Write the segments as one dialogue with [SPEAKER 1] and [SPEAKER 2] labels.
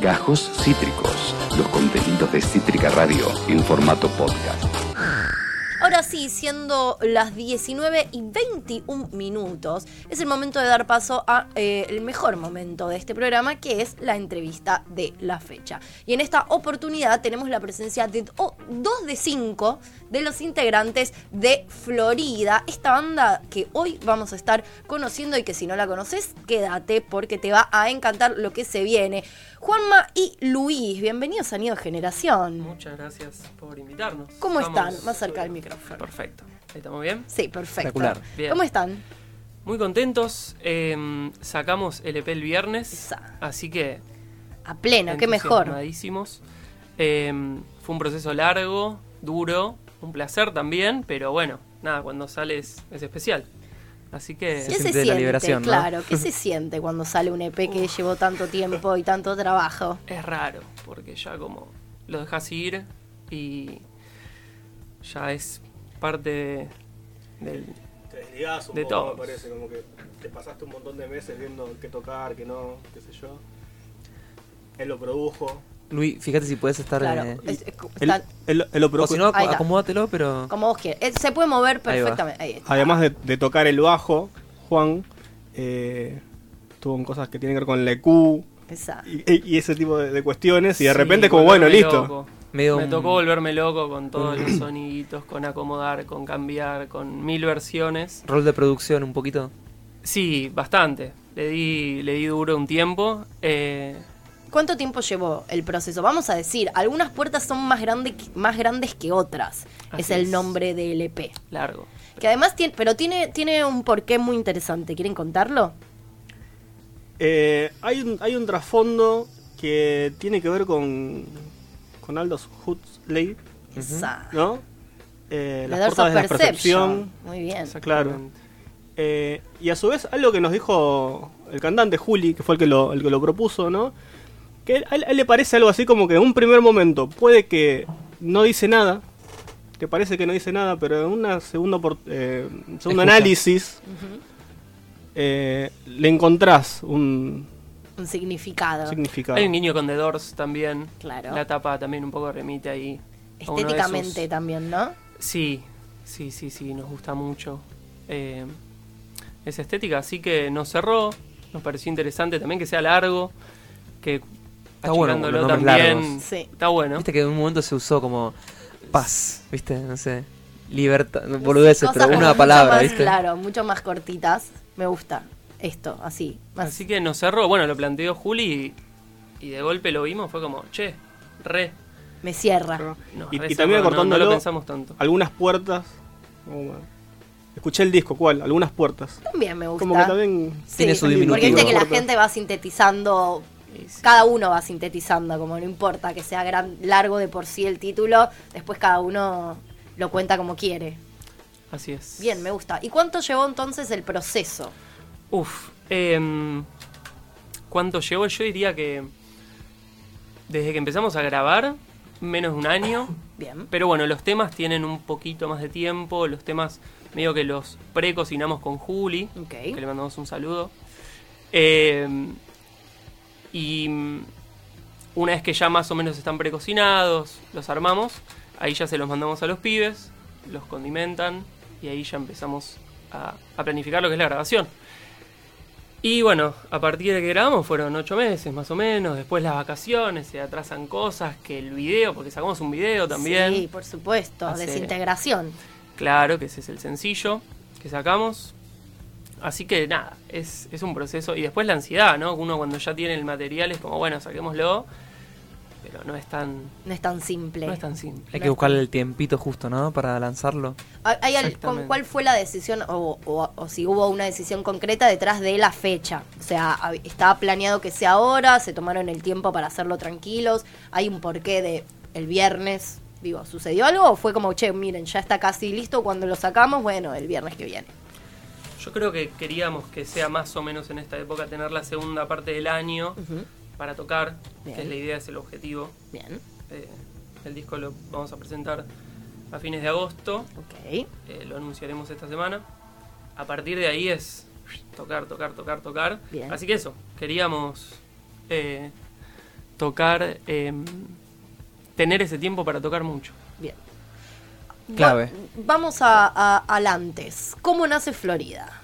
[SPEAKER 1] Gajos Cítricos, los contenidos de Cítrica Radio en formato podcast.
[SPEAKER 2] Ahora sí, siendo las 19 y 21 minutos, es el momento de dar paso a eh, el mejor momento de este programa, que es la entrevista de la fecha. Y en esta oportunidad tenemos la presencia de 2 de 5 de los integrantes de Florida, esta banda que hoy vamos a estar conociendo y que si no la conoces, quédate porque te va a encantar lo que se viene. Juanma y Luis, bienvenidos a Nido Generación.
[SPEAKER 3] Muchas gracias por invitarnos.
[SPEAKER 2] ¿Cómo
[SPEAKER 3] Estamos-
[SPEAKER 2] están? Más cerca del micrófono.
[SPEAKER 3] Perfecto. ¿Estamos bien?
[SPEAKER 2] Sí, perfecto.
[SPEAKER 4] Espectacular.
[SPEAKER 3] Bien.
[SPEAKER 2] ¿Cómo están?
[SPEAKER 3] Muy contentos. eh, sacamos el EP el viernes.
[SPEAKER 2] Esa.
[SPEAKER 3] Así que.
[SPEAKER 2] A pleno, qué mejor.
[SPEAKER 3] entusiasmadísimos. Eh, fue un proceso largo, duro, un placer también, pero bueno, nada, cuando sales es especial. Así que.
[SPEAKER 2] ¿Qué
[SPEAKER 4] Sí,
[SPEAKER 2] se
[SPEAKER 4] siente la
[SPEAKER 2] siente?
[SPEAKER 4] liberación, ¿no?
[SPEAKER 2] Claro, ¿qué se siente cuando sale un EP que llevó tanto tiempo y tanto trabajo?
[SPEAKER 3] es raro, porque ya como lo dejas ir y ya es parte de- del...
[SPEAKER 5] Te desligás un
[SPEAKER 3] De
[SPEAKER 5] poco,
[SPEAKER 3] todos.
[SPEAKER 5] me parece, como que te pasaste un montón de meses viendo qué tocar, qué no, qué sé yo. Él lo produjo.
[SPEAKER 4] Luis, fíjate si puedes estar.
[SPEAKER 2] Claro,
[SPEAKER 4] eh,
[SPEAKER 2] es- es-
[SPEAKER 5] Él,
[SPEAKER 2] está-
[SPEAKER 5] él- él lo
[SPEAKER 4] o
[SPEAKER 5] produjo.
[SPEAKER 4] si no,
[SPEAKER 3] pues,
[SPEAKER 2] Ahí está.
[SPEAKER 4] acomódatelo, pero.
[SPEAKER 2] como vos quieras. Eh, Se puede mover
[SPEAKER 4] va.
[SPEAKER 2] perfectamente. Ahí está.
[SPEAKER 5] Además de, de tocar el bajo, Juan eh, estuvo en cosas que tienen que ver con la EQ
[SPEAKER 2] Esa.
[SPEAKER 5] y, y ese tipo de, de cuestiones. Y de
[SPEAKER 3] Sí,
[SPEAKER 5] repente, como bueno,
[SPEAKER 3] volverme
[SPEAKER 5] listo.
[SPEAKER 3] loco.
[SPEAKER 4] Medio
[SPEAKER 3] Me
[SPEAKER 4] un-
[SPEAKER 3] tocó volverme loco con todos los soniditos, con acomodar, con cambiar, con mil versiones.
[SPEAKER 4] Rol de producción un poquito.
[SPEAKER 3] Sí, bastante. Le di, le di duro un tiempo. eh,
[SPEAKER 2] ¿Cuánto tiempo llevó el proceso? Vamos a decir, algunas puertas son más, grande que- más grandes que otras. es
[SPEAKER 3] Así
[SPEAKER 2] el
[SPEAKER 3] es.
[SPEAKER 2] nombre del EP.
[SPEAKER 3] largo.
[SPEAKER 2] Que además tiene, pero tiene, tiene un porqué muy interesante. ¿Quieren contarlo?
[SPEAKER 5] Eh, hay, un, hay un trasfondo que tiene que ver con, con Aldous Huxley,
[SPEAKER 2] Esa.
[SPEAKER 5] ¿no? Eh,
[SPEAKER 2] The
[SPEAKER 5] las
[SPEAKER 2] Doors
[SPEAKER 5] puertas de
[SPEAKER 2] of
[SPEAKER 5] la percepción.
[SPEAKER 2] Muy bien.
[SPEAKER 5] Claro. Eh, y a su vez, algo que nos dijo el cantante Juli, que fue el que lo, el que lo propuso, ¿no? Que a él, a él le parece algo así como que en un primer momento puede que no dice nada, te parece que no dice nada, pero en una segunda opor- eh, un
[SPEAKER 4] Escucha.
[SPEAKER 5] segundo análisis eh, le encontrás un
[SPEAKER 2] Un significado.
[SPEAKER 5] significado.
[SPEAKER 3] Hay un guiño con The Doors también.
[SPEAKER 2] Claro.
[SPEAKER 3] La tapa también un poco remite ahí. a uno de esos-
[SPEAKER 2] Estéticamente también, ¿no?
[SPEAKER 3] Sí, sí, sí, sí, nos gusta mucho eh, esa estética, así que nos cerró, nos pareció interesante también que sea largo, que
[SPEAKER 4] Está bueno
[SPEAKER 3] achicándolo
[SPEAKER 4] con los nombres
[SPEAKER 3] también,
[SPEAKER 4] largos.
[SPEAKER 2] Sí.
[SPEAKER 3] está bueno.
[SPEAKER 4] Viste que en un momento se usó como paz, ¿viste? No sé. Libertad, boludeces,
[SPEAKER 2] Cosas
[SPEAKER 4] pero
[SPEAKER 2] como
[SPEAKER 4] una
[SPEAKER 2] mucho
[SPEAKER 4] palabra,
[SPEAKER 2] más,
[SPEAKER 4] ¿viste?
[SPEAKER 2] Claro, mucho más cortitas. Me gusta esto, así. Más
[SPEAKER 3] Así que nos cerró, bueno, lo planteó Juli y, y de golpe lo vimos, fue como, che, re.
[SPEAKER 2] me cierra.
[SPEAKER 5] ¿no?
[SPEAKER 3] nos
[SPEAKER 5] y,
[SPEAKER 3] re
[SPEAKER 5] y
[SPEAKER 3] cerró,
[SPEAKER 5] también
[SPEAKER 3] no-
[SPEAKER 5] acortándolo
[SPEAKER 3] no lo pensamos tanto.
[SPEAKER 5] algunas puertas. como- escuché el disco, ¿cuál? Algunas puertas.
[SPEAKER 2] También me gusta.
[SPEAKER 5] Como que también
[SPEAKER 2] Sí,
[SPEAKER 4] tiene su
[SPEAKER 2] Porque viste
[SPEAKER 4] diminutivo.
[SPEAKER 2] que la gente va sintetizando.
[SPEAKER 3] Y sí.
[SPEAKER 2] Cada uno va sintetizando, como no importa que sea gran, largo de por sí el título, después cada uno lo cuenta como quiere.
[SPEAKER 3] Así es.
[SPEAKER 2] Bien, me gusta. ¿Y cuánto llevó entonces el proceso?
[SPEAKER 3] Uf, em, ¿cuánto llevo? Yo diría que desde que empezamos a grabar, menos de un año.
[SPEAKER 2] Bien.
[SPEAKER 3] Pero bueno, los temas tienen un poquito más de tiempo, los temas medio que los precocinamos con Juli,
[SPEAKER 2] Ok.
[SPEAKER 3] que le mandamos un saludo. Eh, y mm, una vez que ya más o menos están precocinados, los armamos, ahí ya se los mandamos a los pibes, los condimentan y ahí ya empezamos a, a planificar lo que es la grabación. Y bueno, a partir de que grabamos fueron ocho meses más o menos, después las vacaciones, se atrasan cosas, que el video, porque sacamos un video también.
[SPEAKER 2] Sí, por supuesto.
[SPEAKER 3] Hace-
[SPEAKER 2] Desintegración.
[SPEAKER 3] Claro, que ese es el sencillo que sacamos. Así que nada, es, es un proceso. Y después la ansiedad, ¿no? Uno cuando ya tiene el material es como, bueno, saquémoslo. Pero no es tan,
[SPEAKER 2] No es tan simple.
[SPEAKER 3] no es tan simple.
[SPEAKER 4] Hay que buscarle el tiempito justo, ¿no? Para lanzarlo.
[SPEAKER 2] ¿Hay- hay al-
[SPEAKER 3] Exactamente.
[SPEAKER 2] con- ¿Cuál fue la decisión o, o- o si hubo una decisión concreta detrás de la fecha? O sea, hab- ¿estaba planeado que sea ahora? ¿Se tomaron el tiempo para hacerlo tranquilos? ¿Hay un porqué de el viernes? Digo, ¿sucedió algo o fue como, che, miren, ya está casi listo cuando lo sacamos? Bueno, el viernes que viene.
[SPEAKER 3] Yo creo que queríamos que sea más o menos en esta época tener la segunda parte del año
[SPEAKER 2] Ujú,
[SPEAKER 3] para tocar,
[SPEAKER 2] Bien.
[SPEAKER 3] que es la idea, es el objetivo.
[SPEAKER 2] Bien,
[SPEAKER 3] Eh, el disco lo vamos a presentar a fines de agosto.
[SPEAKER 2] ok.
[SPEAKER 3] Eh, lo anunciaremos esta semana. A partir de ahí es tocar, tocar, tocar, tocar.
[SPEAKER 2] Bien.
[SPEAKER 3] Así que eso, queríamos eh, tocar, eh, tener ese tiempo para tocar mucho.
[SPEAKER 2] Bien.
[SPEAKER 4] Clave.
[SPEAKER 2] Va- vamos a, a- al antes. ¿Cómo nace Florida?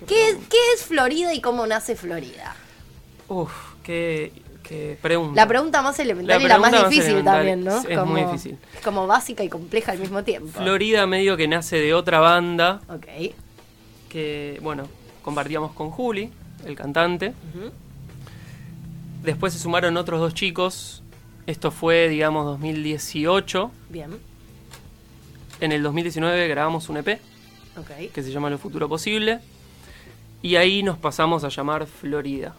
[SPEAKER 2] ¿Qué, qué es Florida y cómo nace Florida?
[SPEAKER 3] Uf, qué, qué pregunta.
[SPEAKER 2] La pregunta más elemental y la más
[SPEAKER 3] pregunta más
[SPEAKER 2] difícil
[SPEAKER 3] elemental.
[SPEAKER 2] también, ¿no?
[SPEAKER 3] Es muy difícil.
[SPEAKER 2] es como básica y compleja al mismo tiempo.
[SPEAKER 3] Florida medio que nace de otra banda
[SPEAKER 2] Ok.
[SPEAKER 3] que, bueno, compartíamos con Juli, el cantante. Después se sumaron otros dos chicos. Esto fue, digamos, 2018.
[SPEAKER 2] Bien.
[SPEAKER 3] En el 2019 grabamos un E EP
[SPEAKER 2] Ok.
[SPEAKER 3] que se llama Lo Futuro Posible. Y ahí nos pasamos a llamar Florida.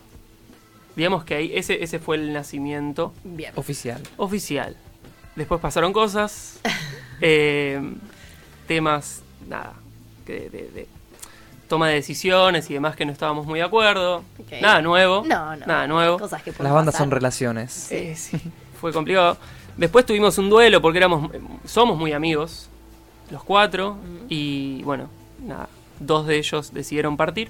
[SPEAKER 3] Digamos que ahí ese, ese fue el nacimiento
[SPEAKER 2] Bien.
[SPEAKER 4] Oficial.
[SPEAKER 3] oficial. Después pasaron cosas, eh, temas, nada, que de, de toma de decisiones y demás que no estábamos muy de acuerdo.
[SPEAKER 2] Ok.
[SPEAKER 3] Nada nuevo.
[SPEAKER 2] No, no.
[SPEAKER 3] Nada nuevo.
[SPEAKER 2] Cosas que pueden
[SPEAKER 4] Las bandas
[SPEAKER 2] pasar.
[SPEAKER 4] son relaciones.
[SPEAKER 3] Eh, sí, fue complicado. Después tuvimos un duelo porque éramos, somos muy amigos, los cuatro, y bueno, nada, dos de ellos decidieron partir.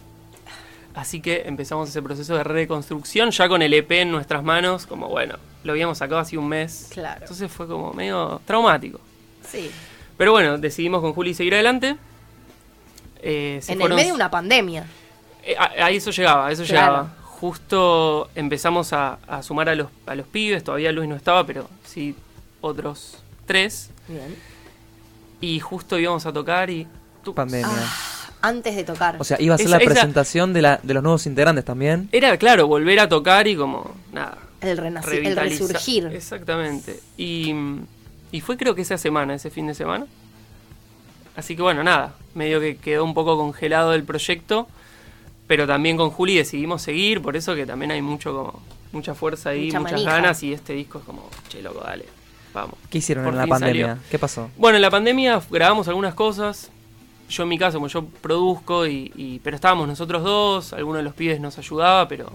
[SPEAKER 3] Así que empezamos ese proceso de reconstrucción ya con el EP en nuestras manos, como bueno, lo habíamos sacado hace un mes.
[SPEAKER 2] Claro.
[SPEAKER 3] Entonces fue como medio traumático.
[SPEAKER 2] Sí.
[SPEAKER 3] Pero bueno, decidimos con Juli seguir adelante. Eh, se
[SPEAKER 2] en el
[SPEAKER 3] fueron-
[SPEAKER 2] medio de una pandemia.
[SPEAKER 3] eh, a, a eso llegaba, a eso
[SPEAKER 2] Claro.
[SPEAKER 3] llegaba. Justo empezamos a, a sumar a los, a los pibes, todavía Luis no estaba, pero sí otros tres.
[SPEAKER 2] Bien.
[SPEAKER 3] Y justo íbamos a tocar y... tu-
[SPEAKER 4] Pandemia.
[SPEAKER 2] Ah, Antes de tocar.
[SPEAKER 4] O sea, iba a ser
[SPEAKER 3] Esa-
[SPEAKER 4] la
[SPEAKER 3] esa-
[SPEAKER 4] presentación de, la, de los nuevos integrantes también.
[SPEAKER 3] Era, claro, volver a tocar y como, nada.
[SPEAKER 2] el renacer, el
[SPEAKER 3] revitaliza-
[SPEAKER 2] resurgir.
[SPEAKER 3] Exactamente. Y, y fue creo que esa semana, ese fin de semana. Así que bueno, nada, medio que quedó un poco congelado el proyecto, pero también con Juli decidimos seguir, por eso que también hay mucho como mucha fuerza ahí,
[SPEAKER 2] Mucha
[SPEAKER 3] muchas
[SPEAKER 2] manija.
[SPEAKER 3] ganas y este disco es como, che loco, dale, vamos.
[SPEAKER 4] ¿Qué hicieron
[SPEAKER 3] Por
[SPEAKER 4] en la
[SPEAKER 3] fin
[SPEAKER 4] pandemia?
[SPEAKER 3] salió.
[SPEAKER 4] ¿Qué pasó?
[SPEAKER 3] Bueno, en la pandemia grabamos algunas cosas. Yo en mi caso, como yo produzco, y, y- pero estábamos nosotros dos, alguno de los pibes nos ayudaba, pero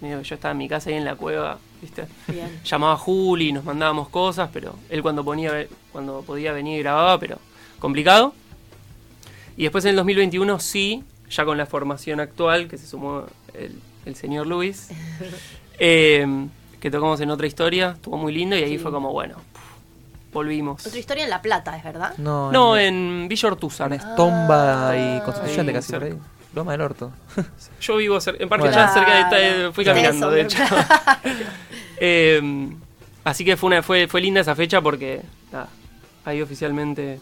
[SPEAKER 3] medio que yo estaba en mi casa ahí en la cueva, ¿viste?
[SPEAKER 2] Bien.
[SPEAKER 3] Llamaba a Juli, nos mandábamos cosas, pero él cuando, ponía, cuando podía venir grababa, pero complicado. Y después en el 2021 sí, ya con la formación actual, que se sumó el, el señor Luis, eh, que tocamos en otra historia, estuvo muy lindo y ahí
[SPEAKER 2] Sí.
[SPEAKER 3] fue como, bueno, puf, volvimos.
[SPEAKER 2] Otra historia en La Plata, ¿es verdad?
[SPEAKER 4] No,
[SPEAKER 3] No,
[SPEAKER 4] en,
[SPEAKER 3] en Villa Ortúzar.
[SPEAKER 4] en Estomba
[SPEAKER 2] Ah.
[SPEAKER 4] y Constituyente
[SPEAKER 3] Ahí,
[SPEAKER 4] casi por ahí.
[SPEAKER 3] cerca.
[SPEAKER 4] Loma del Orto.
[SPEAKER 3] Yo vivo cer- en Parque
[SPEAKER 4] Bueno.
[SPEAKER 3] Chas, cerca de eh,
[SPEAKER 2] Claro.
[SPEAKER 3] fui
[SPEAKER 2] Eso,
[SPEAKER 3] caminando, de hecho.
[SPEAKER 2] claro.
[SPEAKER 3] Eh, así que fue, una, fue, fue linda esa fecha porque nada, ahí oficialmente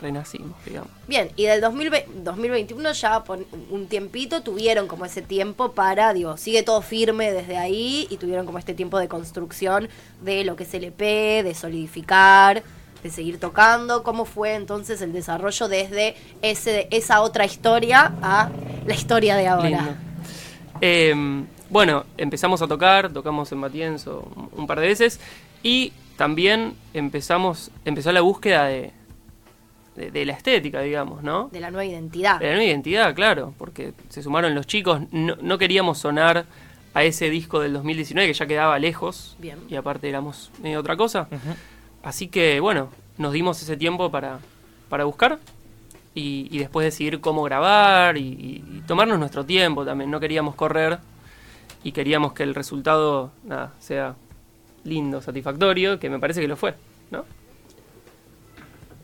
[SPEAKER 3] renacimos, digamos.
[SPEAKER 2] Bien, y del 2020 2021 ya por un tiempito tuvieron como ese tiempo para, digo, sigue todo firme desde ahí y tuvieron como este tiempo de construcción de lo que es el EP, de solidificar, de seguir tocando. ¿Cómo fue entonces el desarrollo desde ese, esa otra historia a la historia de ahora?
[SPEAKER 3] Lindo. Eh, bueno, empezamos a tocar, tocamos en Matienzo un- un par de veces y también empezamos, empezó la búsqueda de, de, de la estética, digamos, ¿no?
[SPEAKER 2] De la nueva identidad.
[SPEAKER 5] Eh.
[SPEAKER 3] Pero una identidad, claro, porque se sumaron los chicos. No, no queríamos sonar a ese disco del 2019 que ya quedaba lejos.
[SPEAKER 2] Bien.
[SPEAKER 3] Y aparte éramos medio otra cosa. Así que, bueno, nos dimos ese tiempo para, para buscar y, y después decidir cómo grabar y, y- y tomarnos nuestro tiempo también. No queríamos correr y queríamos que el resultado nada, sea lindo, satisfactorio, que me parece que lo fue, ¿no?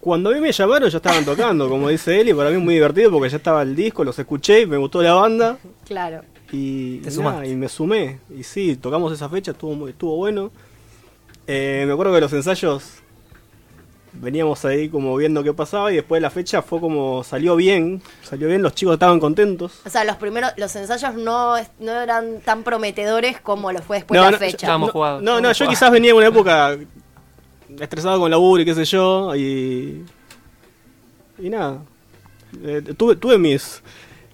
[SPEAKER 5] Cuando a mí me llamaron ya estaban tocando, como dice él, y para mí es muy divertido porque ya estaba el disco, los escuché, me gustó la banda
[SPEAKER 2] Claro.
[SPEAKER 5] y,
[SPEAKER 4] Te
[SPEAKER 5] y
[SPEAKER 4] sumaste.
[SPEAKER 5] nada, y me sumé. Y sí, tocamos esa fecha, estuvo, muy- estuvo bueno. Eh, me acuerdo que los ensayos veníamos ahí como viendo qué pasaba y después de la fecha fue como salió bien, salió bien, los chicos estaban contentos.
[SPEAKER 2] O sea, los primeros, los ensayos no, es- no eran tan prometedores como lo fue después
[SPEAKER 5] No,
[SPEAKER 2] la
[SPEAKER 5] no,
[SPEAKER 2] fecha.
[SPEAKER 3] estábamos
[SPEAKER 5] No,
[SPEAKER 3] jugados.
[SPEAKER 5] No, no,
[SPEAKER 3] Estábamos
[SPEAKER 5] yo
[SPEAKER 3] jugados.
[SPEAKER 5] quizás venía en una época estresado con laburo y qué sé yo, y. Y nada. Eh, tuve, tuve mis.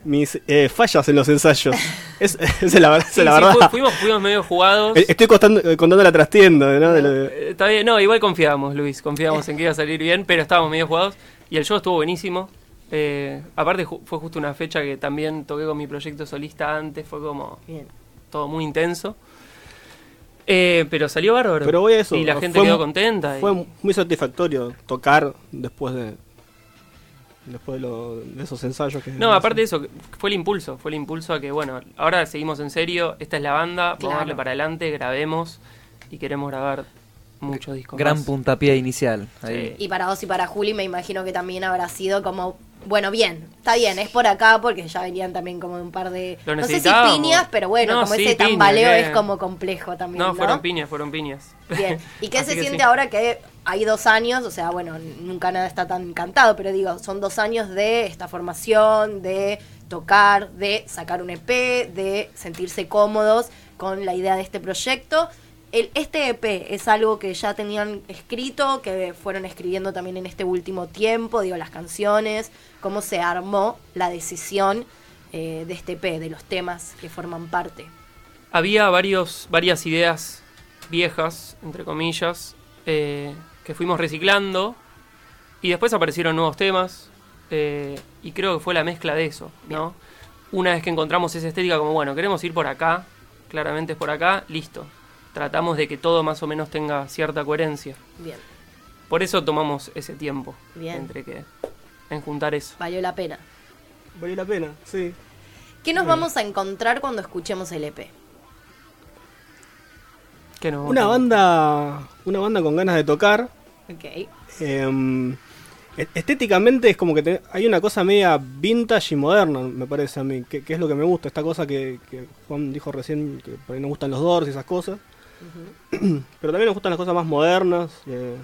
[SPEAKER 5] Mis eh, fallas en los ensayos. Es, esa es la, verdad- esa es la
[SPEAKER 3] Sí, sí,
[SPEAKER 5] verdad.
[SPEAKER 3] fu- fuimos, fuimos medio jugados.
[SPEAKER 5] Eh, Estoy contando, eh, contando la trastienda, ¿no? De lo de-
[SPEAKER 3] Eh, Está bien, no, igual confiábamos, Luis. Confiábamos en que iba a salir bien, pero estábamos medio jugados. Y el show estuvo buenísimo. Eh, aparte, ju- fue justo una fecha que también toqué con mi proyecto solista antes. Fue como
[SPEAKER 2] Bien.
[SPEAKER 3] todo muy intenso. Eh, pero salió bárbaro.
[SPEAKER 5] Pero voy a eso.
[SPEAKER 3] Y la gente
[SPEAKER 5] fue
[SPEAKER 3] quedó
[SPEAKER 5] mu-
[SPEAKER 3] contenta. y-
[SPEAKER 5] Fue muy satisfactorio tocar después de. después de, lo- de esos ensayos que...
[SPEAKER 3] No, aparte de eso, que fue el impulso, fue el impulso a que, bueno, ahora seguimos en serio, esta es la banda, vamos
[SPEAKER 2] Claro.
[SPEAKER 3] a darle para adelante, grabemos y queremos grabar muchos discos.
[SPEAKER 4] Gran
[SPEAKER 3] más.
[SPEAKER 4] puntapié inicial. Ahí.
[SPEAKER 2] Y para vos y para Juli me imagino que también habrá sido como, bueno, bien, está bien, es por acá porque ya venían también como de un par de,
[SPEAKER 3] Lo
[SPEAKER 2] no sé si
[SPEAKER 3] necesitábamos.
[SPEAKER 2] piñas, pero bueno,
[SPEAKER 3] No,
[SPEAKER 2] como
[SPEAKER 3] sí,
[SPEAKER 2] ese
[SPEAKER 3] piña,
[SPEAKER 2] tambaleo
[SPEAKER 3] que-
[SPEAKER 2] es como complejo también. No,
[SPEAKER 3] No, fueron piñas, fueron piñas.
[SPEAKER 2] Bien, ¿y qué
[SPEAKER 3] Así
[SPEAKER 2] se
[SPEAKER 3] que
[SPEAKER 2] siente
[SPEAKER 3] sí.
[SPEAKER 2] ahora que hay dos años? O sea, bueno, nunca nada está tan cantado, pero digo, son dos años de esta formación, de tocar, de sacar un EP, de sentirse cómodos con la idea de este proyecto. El, este EP es algo que ya tenían escrito, que fueron escribiendo también en este último tiempo, digo, las canciones, cómo se armó la decisión eh, de este EP, de los temas que forman parte.
[SPEAKER 3] Había varios, varias ideas viejas, entre comillas, eh, que fuimos reciclando y después aparecieron nuevos temas eh, y creo que fue la mezcla de eso, ¿no? Una vez que encontramos esa estética como, bueno, queremos ir por acá, claramente es por acá, listo. Tratamos de que todo más o menos tenga cierta coherencia.
[SPEAKER 2] Bien,
[SPEAKER 3] Por eso tomamos ese tiempo
[SPEAKER 2] Bien.
[SPEAKER 3] entre que en juntar eso.
[SPEAKER 2] valió la pena.
[SPEAKER 5] Valió la pena, sí.
[SPEAKER 2] ¿Qué nos vamos a encontrar cuando escuchemos el E EP?
[SPEAKER 3] Que no-
[SPEAKER 5] Una banda, una banda con ganas de tocar,
[SPEAKER 2] Ok.
[SPEAKER 5] Em, est- estéticamente es como que te- hay una cosa media vintage y moderna, me parece a mí, que, que es lo que me gusta, esta cosa que, que Juan dijo recién, que por ahí nos gustan los Doors y esas cosas. Pero también nos gustan las cosas más modernas. eh,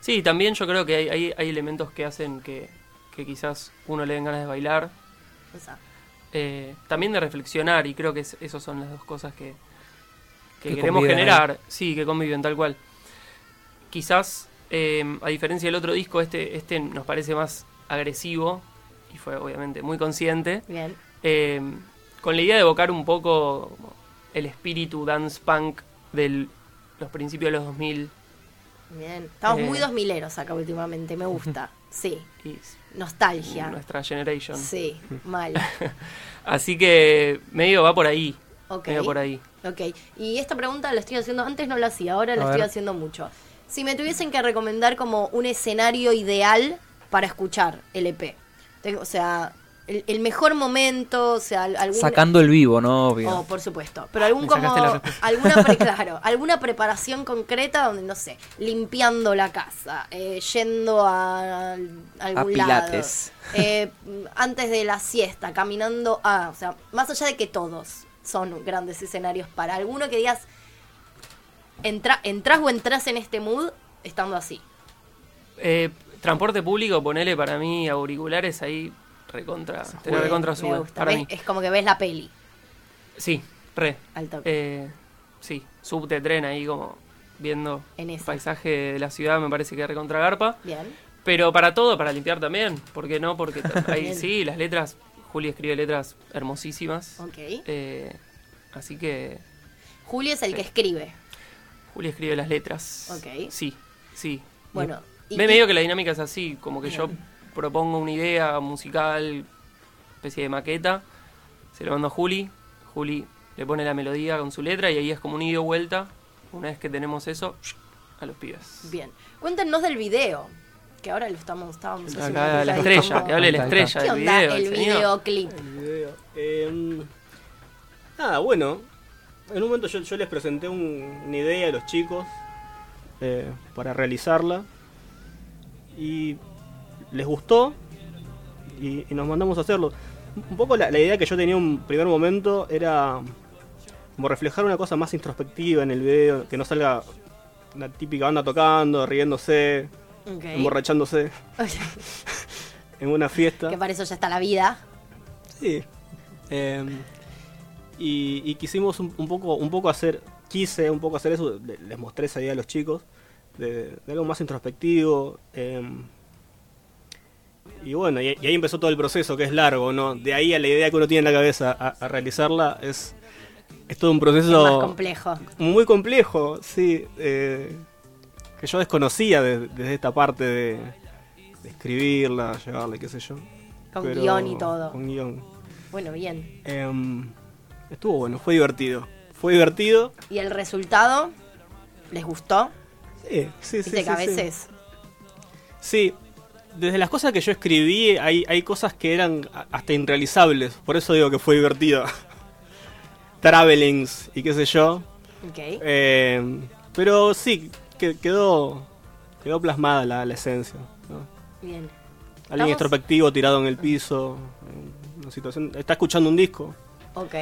[SPEAKER 3] Sí, también yo creo que hay, hay- hay elementos que hacen que, que quizás uno le den ganas de bailar,
[SPEAKER 2] O sea,
[SPEAKER 3] eh, también de reflexionar, y creo que es- esas son las dos cosas que, que
[SPEAKER 4] Que
[SPEAKER 3] queremos
[SPEAKER 4] conviven ahí.
[SPEAKER 3] generar, sí, que conviven tal cual. Quizás, eh, a diferencia del otro disco, este, este nos parece más agresivo, y fue obviamente muy consciente,
[SPEAKER 2] bien.
[SPEAKER 3] eh, con la idea de evocar un poco como el espíritu dance punk de los principios de los 2000.
[SPEAKER 2] Bien. Estamos
[SPEAKER 3] Eh.
[SPEAKER 2] muy dos mileros acá últimamente, me gusta. Sí.
[SPEAKER 3] Y
[SPEAKER 2] Nostalgia.
[SPEAKER 3] nuestra generation.
[SPEAKER 2] Sí, mal.
[SPEAKER 3] Así que medio va por ahí.
[SPEAKER 2] Ok.
[SPEAKER 3] Medio por ahí.
[SPEAKER 2] Ok. Y esta pregunta la estoy haciendo, antes no la hacía, ahora
[SPEAKER 4] A
[SPEAKER 2] la
[SPEAKER 4] ver.
[SPEAKER 2] estoy haciendo mucho. Si me tuviesen que recomendar como un escenario ideal para escuchar el EP, Tengo- o sea, el, el mejor momento, o sea, al- algún...
[SPEAKER 4] Sacando el vivo, ¿no? Obvio.
[SPEAKER 2] Oh, por supuesto. Pero algún
[SPEAKER 3] Me
[SPEAKER 2] como
[SPEAKER 3] sacaste la respuesta.
[SPEAKER 2] alguna pre- claro, alguna preparación concreta donde no sé, limpiando la casa, eh, yendo a, a algún lado,
[SPEAKER 4] Pilates.
[SPEAKER 2] eh, antes de la siesta, caminando a, o sea, más allá de que todos son grandes escenarios para alguno que digas entra, entras o entras en este mood estando así.
[SPEAKER 3] Eh, transporte público, ponele para mí auriculares ahí recontra. Te lo
[SPEAKER 2] Me-
[SPEAKER 3] recontra
[SPEAKER 2] me
[SPEAKER 3] sube.
[SPEAKER 2] gusta.
[SPEAKER 3] Para
[SPEAKER 2] Ves-
[SPEAKER 3] mí.
[SPEAKER 2] Es como que ves la peli
[SPEAKER 3] Sí, re.
[SPEAKER 2] al toque.
[SPEAKER 3] Eh, sí, subte tren ahí como viendo
[SPEAKER 2] En
[SPEAKER 3] el
[SPEAKER 2] esa.
[SPEAKER 3] paisaje de la ciudad me parece que recontra garpa.
[SPEAKER 2] Bien.
[SPEAKER 3] Pero para todo, para limpiar también. ¿Por qué no? Porque t- ahí
[SPEAKER 2] Bien.
[SPEAKER 3] sí, las letras. Juli escribe letras hermosísimas.
[SPEAKER 2] Ok.
[SPEAKER 3] Eh, así que
[SPEAKER 2] Julio es el
[SPEAKER 3] sí. Eh,
[SPEAKER 2] que escribe.
[SPEAKER 3] Juli escribe las letras.
[SPEAKER 2] Ok.
[SPEAKER 3] Sí, sí.
[SPEAKER 2] Bueno, y-
[SPEAKER 3] Ve
[SPEAKER 2] y-
[SPEAKER 3] medio que la dinámica es así, como que yo propongo una idea musical, especie de maqueta, se lo mando a Juli, Juli le pone la melodía con su letra y ahí es como un ida y vuelta. Una vez que tenemos eso, a los pibes.
[SPEAKER 2] Bien. Cuéntenos del video. Que ahora lo estamos. Estábamos
[SPEAKER 3] Acá
[SPEAKER 2] haciendo
[SPEAKER 3] la,
[SPEAKER 2] un
[SPEAKER 3] la
[SPEAKER 2] ahí
[SPEAKER 3] estrella,
[SPEAKER 2] como-
[SPEAKER 3] que hable la
[SPEAKER 4] Ahí está, ahí
[SPEAKER 2] ¿Qué
[SPEAKER 3] estrella del
[SPEAKER 2] onda
[SPEAKER 3] video.
[SPEAKER 2] el
[SPEAKER 3] el señor.
[SPEAKER 2] videoclip?
[SPEAKER 5] el video, em, nada, bueno. En un momento yo, yo les presenté un- una idea a los chicos eh, para realizarla. Y les gustó y, y nos mandamos a hacerlo. Un poco la, la idea que yo tenía en un primer momento era como reflejar una cosa más introspectiva en el video, que no salga la típica banda tocando, riéndose,
[SPEAKER 2] Ok.
[SPEAKER 5] emborrachándose en una fiesta.
[SPEAKER 2] que para eso ya está la vida.
[SPEAKER 5] Sí. Em, y, y quisimos un, un poco un poco hacer, quise un poco hacer eso, le- les mostré esa idea a los chicos, de, de algo más introspectivo. em. y bueno, y, y ahí empezó todo el proceso, que es largo, ¿no? De ahí a la idea que uno tiene en la cabeza a, a realizarla, es, es todo un
[SPEAKER 2] Es
[SPEAKER 5] proceso
[SPEAKER 2] más complejo.
[SPEAKER 5] muy complejo, sí. eh, que yo desconocía de- desde esta parte de, de escribirla, llevarla, qué sé yo.
[SPEAKER 2] Con
[SPEAKER 5] Pero-
[SPEAKER 2] guión y todo.
[SPEAKER 5] Con guión.
[SPEAKER 2] Bueno, bien.
[SPEAKER 5] Em, estuvo bueno, fue divertido. Fue divertido.
[SPEAKER 2] ¿Y el resultado? ¿Les gustó?
[SPEAKER 5] Sí, sí, sí.
[SPEAKER 2] Viste
[SPEAKER 5] sí,
[SPEAKER 2] que a
[SPEAKER 5] sí.
[SPEAKER 2] veces.
[SPEAKER 5] Sí, desde las cosas que yo escribí hay, hay cosas que eran a- hasta irrealizables. Por eso digo que fue divertido. Travelings y qué sé yo.
[SPEAKER 2] Ok.
[SPEAKER 5] Eh, pero sí, que- quedó, quedó plasmada la, la esencia. ¿no?
[SPEAKER 2] Bien.
[SPEAKER 5] Alguien
[SPEAKER 2] Estamos-
[SPEAKER 5] introspectivo tirado en el piso. Una situación, está escuchando un disco.
[SPEAKER 2] Ok.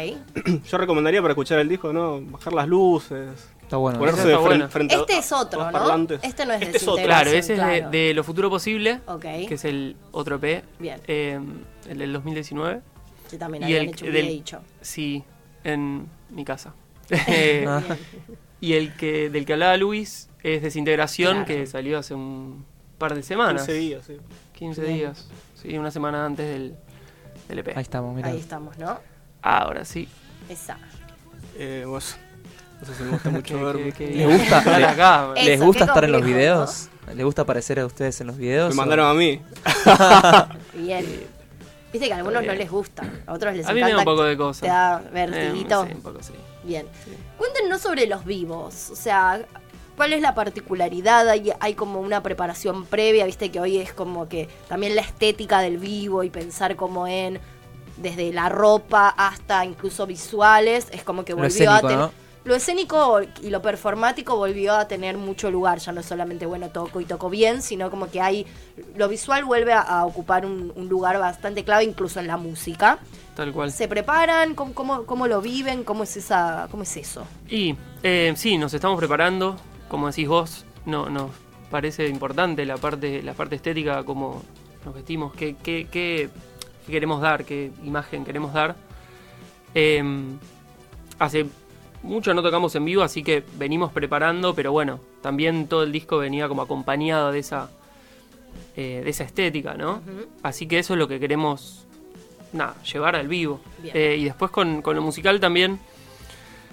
[SPEAKER 5] Yo recomendaría para escuchar el disco, ¿no? Bajar las luces.
[SPEAKER 4] Está bueno.
[SPEAKER 5] ponerse
[SPEAKER 3] ese
[SPEAKER 5] de
[SPEAKER 3] está bueno.
[SPEAKER 5] fren- frente a-
[SPEAKER 2] Este es
[SPEAKER 5] a
[SPEAKER 2] otro,
[SPEAKER 5] dos
[SPEAKER 2] ¿no?
[SPEAKER 5] parlantes.
[SPEAKER 2] Este no es
[SPEAKER 5] Este es otro.
[SPEAKER 2] desintegración,
[SPEAKER 3] Claro, ese es
[SPEAKER 2] claro.
[SPEAKER 3] de, de lo futuro posible,
[SPEAKER 2] Ok.
[SPEAKER 3] que es el otro P,
[SPEAKER 2] Bien.
[SPEAKER 3] eh, el del 2019.
[SPEAKER 2] Que también
[SPEAKER 3] y
[SPEAKER 2] habían
[SPEAKER 3] el
[SPEAKER 2] hecho
[SPEAKER 3] que-
[SPEAKER 2] un
[SPEAKER 3] del-
[SPEAKER 2] VIH.
[SPEAKER 3] Sí, en mi casa. Eh,
[SPEAKER 4] Ah.
[SPEAKER 2] Bien.
[SPEAKER 3] Y el que del que hablaba Luis es Desintegración,
[SPEAKER 2] Claro.
[SPEAKER 3] que salió hace un par de semanas.
[SPEAKER 5] 15 días, sí.
[SPEAKER 3] 15
[SPEAKER 2] Bien.
[SPEAKER 3] días. Sí, una semana antes del, del EP.
[SPEAKER 4] Ahí estamos, mira.
[SPEAKER 2] Ahí estamos, ¿no?
[SPEAKER 3] Ahora sí.
[SPEAKER 2] Esa.
[SPEAKER 5] Eh, vos- no sé si me gusta mucho
[SPEAKER 3] Que- que-
[SPEAKER 5] ver.
[SPEAKER 3] que-
[SPEAKER 4] ¿Le gusta?
[SPEAKER 3] estar
[SPEAKER 4] Le-
[SPEAKER 3] acá, bueno.
[SPEAKER 2] Eh,
[SPEAKER 4] ¿Les
[SPEAKER 2] Eso,
[SPEAKER 4] gusta
[SPEAKER 2] qué
[SPEAKER 4] estar en los
[SPEAKER 2] complejo,
[SPEAKER 4] videos? ¿Les gusta aparecer a ustedes en los videos?
[SPEAKER 5] Me
[SPEAKER 4] o-
[SPEAKER 5] mandaron a mí.
[SPEAKER 2] Bien. Viste que a algunos no
[SPEAKER 3] bien.
[SPEAKER 2] les gusta, a otros les
[SPEAKER 3] Eh. A mí me
[SPEAKER 2] encanta.
[SPEAKER 3] da un poco
[SPEAKER 2] que
[SPEAKER 3] de cosa.
[SPEAKER 2] Te da
[SPEAKER 3] Eh,
[SPEAKER 2] vertiguito.
[SPEAKER 3] sí, un poco sí.
[SPEAKER 2] Bien. Cuéntenos sobre los vivos. O sea, ¿cuál es la particularidad? ¿Hay, hay como una preparación previa, viste que hoy es como que también la estética del vivo y pensar como en desde la ropa hasta incluso visuales, es como que
[SPEAKER 4] Lo
[SPEAKER 2] volvió a
[SPEAKER 4] escénico,
[SPEAKER 2] tener.
[SPEAKER 4] ¿no?
[SPEAKER 2] Lo escénico y lo performático volvió a tener mucho lugar. Ya no es solamente, bueno, toco y toco bien, sino como que hay. Lo visual vuelve a, a ocupar un, un lugar bastante clave, incluso en la música.
[SPEAKER 3] Tal cual.
[SPEAKER 2] ¿Se preparan? ¿Cómo, cómo, cómo lo viven? ¿Cómo es, esa, ¿Cómo es eso?
[SPEAKER 3] Y eh, sí, nos estamos preparando, como decís vos, no, nos parece importante la parte, la parte estética, cómo nos vestimos, qué, qué- qué- qué queremos dar, qué imagen queremos dar. Eh, hace mucho no tocamos en vivo, así que venimos preparando, pero bueno, también todo el disco venía como acompañado de esa, eh, de esa estética, ¿no? Así que eso es lo que queremos, nada, llevar al vivo.
[SPEAKER 2] Bien.
[SPEAKER 3] Eh, y después con, con lo musical también,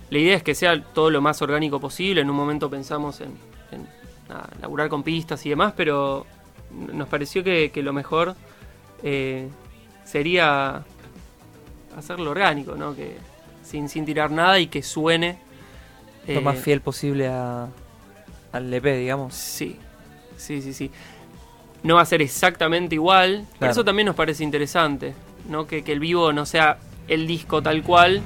[SPEAKER 3] la idea es que sea todo lo más orgánico posible. En un momento pensamos en, en, nada, laburar con pistas y demás, pero n- nos pareció que, que lo mejor eh, sería hacerlo orgánico, ¿no? Que sin, sin tirar nada y que suene.
[SPEAKER 4] Lo
[SPEAKER 3] eh,
[SPEAKER 4] más fiel posible a, al EP, digamos.
[SPEAKER 3] Sí, sí, sí, sí. No va a ser exactamente igual. Por
[SPEAKER 4] Claro.
[SPEAKER 3] eso también nos parece interesante, ¿no? Que, que el vivo no sea el disco tal cual,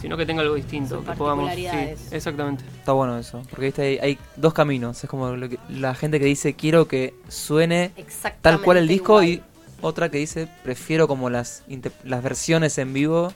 [SPEAKER 3] sino que tenga algo distinto.
[SPEAKER 2] Sus
[SPEAKER 3] que podamos. sí,
[SPEAKER 2] particularidades.
[SPEAKER 3] exactamente.
[SPEAKER 4] Está bueno eso. Porque viste, hay, hay dos caminos. Es como lo que- la gente que dice quiero que suene
[SPEAKER 2] Exactamente.
[SPEAKER 4] tal cual el disco
[SPEAKER 2] igual.
[SPEAKER 4] y otra que dice prefiero como las, inter- las versiones en vivo